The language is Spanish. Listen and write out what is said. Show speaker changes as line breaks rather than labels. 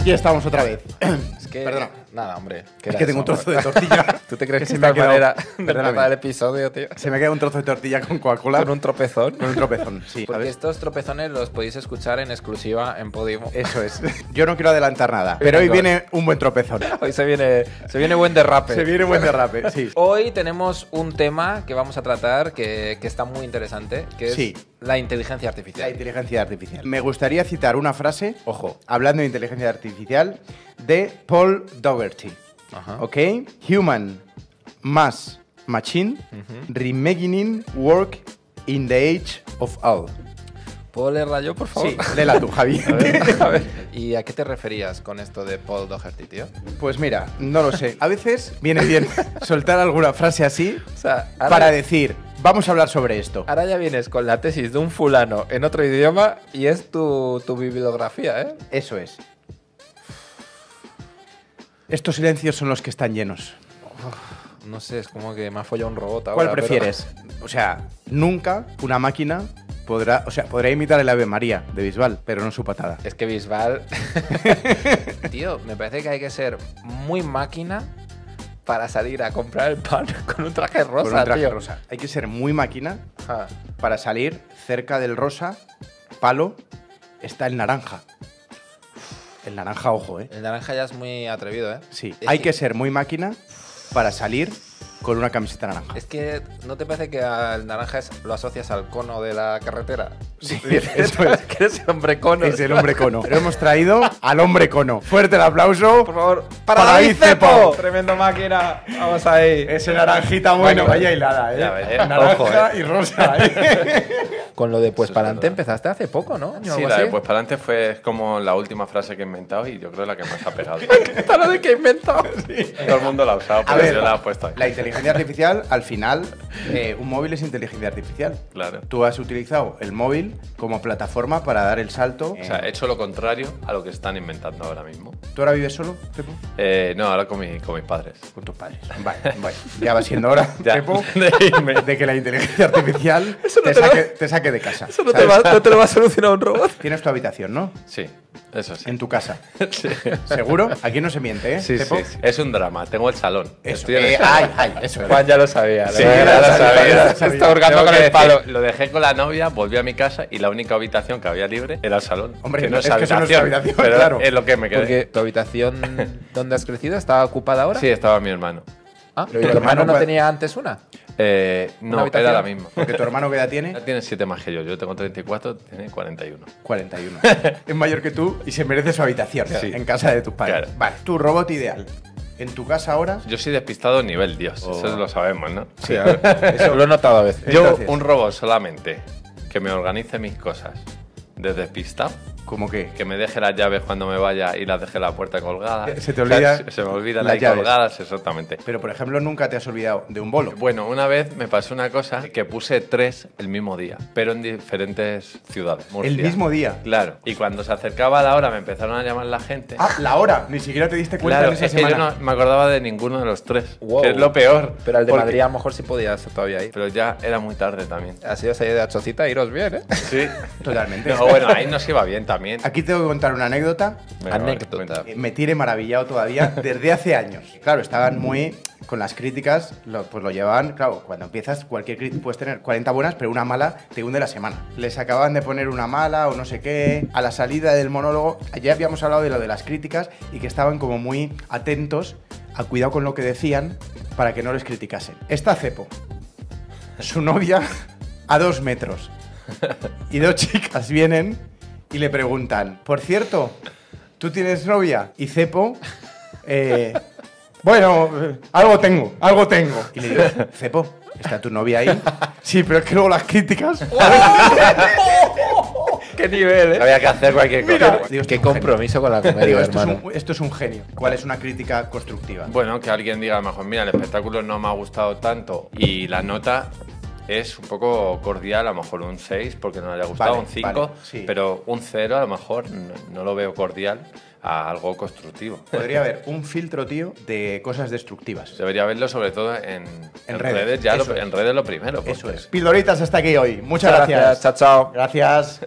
aquí estamos otra vez.
Es que,
Perdona.
Nada, hombre.
Es que tengo un trozo de tortilla.
¿Tú te crees
que
que,
se
es
me ha
la
quedado-
manera de
Perdóname.
tratar el episodio, tío?
Se me queda un trozo de tortilla con Coca-Cola.
Con un tropezón.
Con un tropezón, sí.
Porque
¿sabes?
estos tropezones los podéis escuchar en exclusiva en Podimo.
Eso es. Yo no quiero adelantar nada, pero hoy
Venga.
viene un buen tropezón.
Hoy se viene, se viene buen derrape.
Se viene buen derrape, sí.
Hoy tenemos un tema que vamos a tratar que, que está muy interesante, que es
Sí.
la inteligencia
La
artificial.
inteligencia artificial. Me gustaría citar una frase,
Ojo.
hablando de inteligencia artificial, de Paul Dougherty.
Ajá.
¿Ok? Human más machine remaking work in the age of all.
¿Puedo leerla yo, por favor?
Sí, léela tú, Javi.
A ver, a ver. ¿Y a qué te referías con esto de Paul Doherty, tío?
Pues mira, no lo sé. A veces viene bien soltar alguna frase así
O sea, ahora-
para decir, vamos a hablar sobre esto.
Ahora ya vienes con la tesis de un fulano en otro idioma y es tu, tu bibliografía, ¿eh?
Eso es. Estos silencios son los que están llenos.
No sé, es como que me ha follado un robot ahora.
¿Cuál
pero-
prefieres? O sea, nunca una máquina podrá, o sea, podrá imitar el Ave María de Bisbal, pero no su patada.
Es que Bisbal... Tío, me parece que hay que ser muy máquina para salir a comprar el pan con un traje rosa,
Con un traje
tío.
rosa. Hay que ser muy máquina
Ajá.
para salir cerca del rosa, palo, está el naranja. El naranja, ojo, ¿eh?
El naranja ya es muy atrevido, ¿eh?
Sí,
Es
hay que ser muy máquina para salir con una camiseta naranja.
Es que, ¿no te parece que al naranja es- lo asocias al cono de la carretera?
Sí, eso es.
Que eres el hombre cono.
Es el hombre cono. Lo hemos traído al hombre cono. Fuerte el aplauso.
Por favor,
¡Para David Cepo!
Tremendo máquina. Vamos ahí.
Ese naranjita bueno,
Bueno,
vaya hilada, ¿eh?
ya ves, eh.
Naranja
Ojo,
y rosa, ¿eh?
Con lo de pues
Eso es
para adelante
verdad.
empezaste hace poco, ¿no? Año,
Sí,
algo
la de
así.
pues para adelante fue como la última frase que he inventado y yo creo la que más ha pegado.
Está lo de que he inventado.
Todo el mundo la ha usado,
A
pero
ver,
yo la he puesto ahí.
la inteligencia artificial, al final, eh, un móvil es inteligencia artificial.
Claro.
Tú has utilizado el móvil como plataforma para dar el salto. Eh,
O sea, he hecho lo contrario a lo que están inventando ahora mismo.
¿Tú ahora vives solo, Pepo?
Eh, no, ahora con, mi- con mis padres.
Con tus padres. Vale, vale. Ya va siendo hora,
Ya.
Pepo,
De irme.
de que la inteligencia artificial
Eso no
te,
te lo-
saque, te saque de casa.
Eso no te,
¿sabes?
va, no te lo va a solucionar un robot.
Tienes tu habitación, ¿no?
Sí, eso sí.
En tu casa.
Sí,
¿Seguro? Aquí no se miente, ¿eh?
sí,
Pepo?
sí, sí. Es un drama, tengo el salón.
Eso.
Estoy en el
Eh,
salón.
ay, ay, eso es.
Juan ya lo sabía. la
Sí,
verdad,
ya lo
sabía.
Se está hurgando
Tengo
con
que
el palo.
decir, Lo dejé con la novia, volví a mi casa y la única habitación que había libre era el salón.
Hombre,
que
no, es que eso no es habitación,
pero
claro.
Es lo que me quedé.
Porque tu habitación donde has crecido estaba ocupada ahora.
Sí, estaba mi hermano.
Ah, pero
Tu
¿y tu
hermano
hermano no
cuál-
tenía antes una.
Eh,
¿Una
no,
habitación?
era la misma.
Porque tu hermano, ¿qué edad tiene?
Ya tiene 7 más que yo. Yo tengo 34, tiene 41.
41. es mayor que tú y se merece su habitación
Sí.
en casa de tus padres.
Claro.
Vale, tu robot ideal. En tu casa ahora.
Yo soy despistado nivel Dios.
Oh.
Eso lo sabemos, ¿no?
Sí, a ver,
Eso lo he notado a veces.
Yo,
Entonces-
un robot solamente que me organice mis cosas de despistado,
¿Cómo que?
que me deje las llaves cuando me vaya y las deje la puerta colgada.
Se te olvida
se- se me olvidan
las
las
llaves.
colgadas, exactamente.
Pero por ejemplo, nunca te has olvidado de un bolo.
Bueno, una vez me pasó una cosa que puse tres el mismo día, pero en diferentes ciudades. Murcia.
El mismo día.
Claro. Y cuando se acercaba la hora me empezaron a llamar la gente.
Ah, la hora. Ni siquiera te diste cuenta
Claro,
en esa
es que
semana.
yo no me acordaba de ninguno de los tres.
Wow.
Que es lo peor.
Pero al de
porque-
Madrid a lo mejor sí podías todavía ir.
Pero ya era muy tarde también.
Ha sido salir de la chocita e iros bien, ¿eh?
Sí.
Totalmente.
No, bueno, ahí nos iba bien también.
Aquí tengo que contar una anécdota.
Venga,
Anécdota.
vale, cuenta.
Eh, Me tiene maravillado todavía desde hace años. Claro, estaban muy con las críticas, lo- pues lo llevaban, claro, cuando empiezas cualquier crítica puedes tener 40 buenas, pero una mala te hunde la semana. Les acababan de poner una mala o no sé qué. A la salida del monólogo, ya habíamos hablado de lo de las críticas y que estaban como muy atentos a cuidado con lo que decían para que no les criticasen. Está Cepo, su novia, a dos metros. Y dos chicas vienen y le preguntan, por cierto, ¿tú tienes novia? Y Cepo, eh, bueno, eh, algo tengo, algo tengo. Y le digo, Cepo, ¿está tu novia ahí? Sí, pero es que luego las críticas...
¡Qué nivel,
Había que hacer cualquier cosa.
Mira.
Bueno,
Dios,
¡Qué
es un
compromiso con la
genio. Digo,
comedia,
esto, es
hermano!
un, esto es un genio. ¿Cuál es una crítica constructiva?
Bueno, que alguien diga a lo mejor, mira, el espectáculo no me ha gustado tanto y la nota es un poco cordial, a lo mejor un 6 porque no le ha gustado,
Vale,
un 5,
vale, sí.
pero un 0 a lo mejor no, no lo veo cordial a algo constructivo.
Podría haber un filtro, tío, de cosas destructivas.
Debería verlo sobre todo en, en
redes,
redes, ya
eso
lo,
es.
en redes lo primero.
Eso
porque
es. Pildoritas hasta aquí hoy. Muchas,
Chao, chao.
Gracias.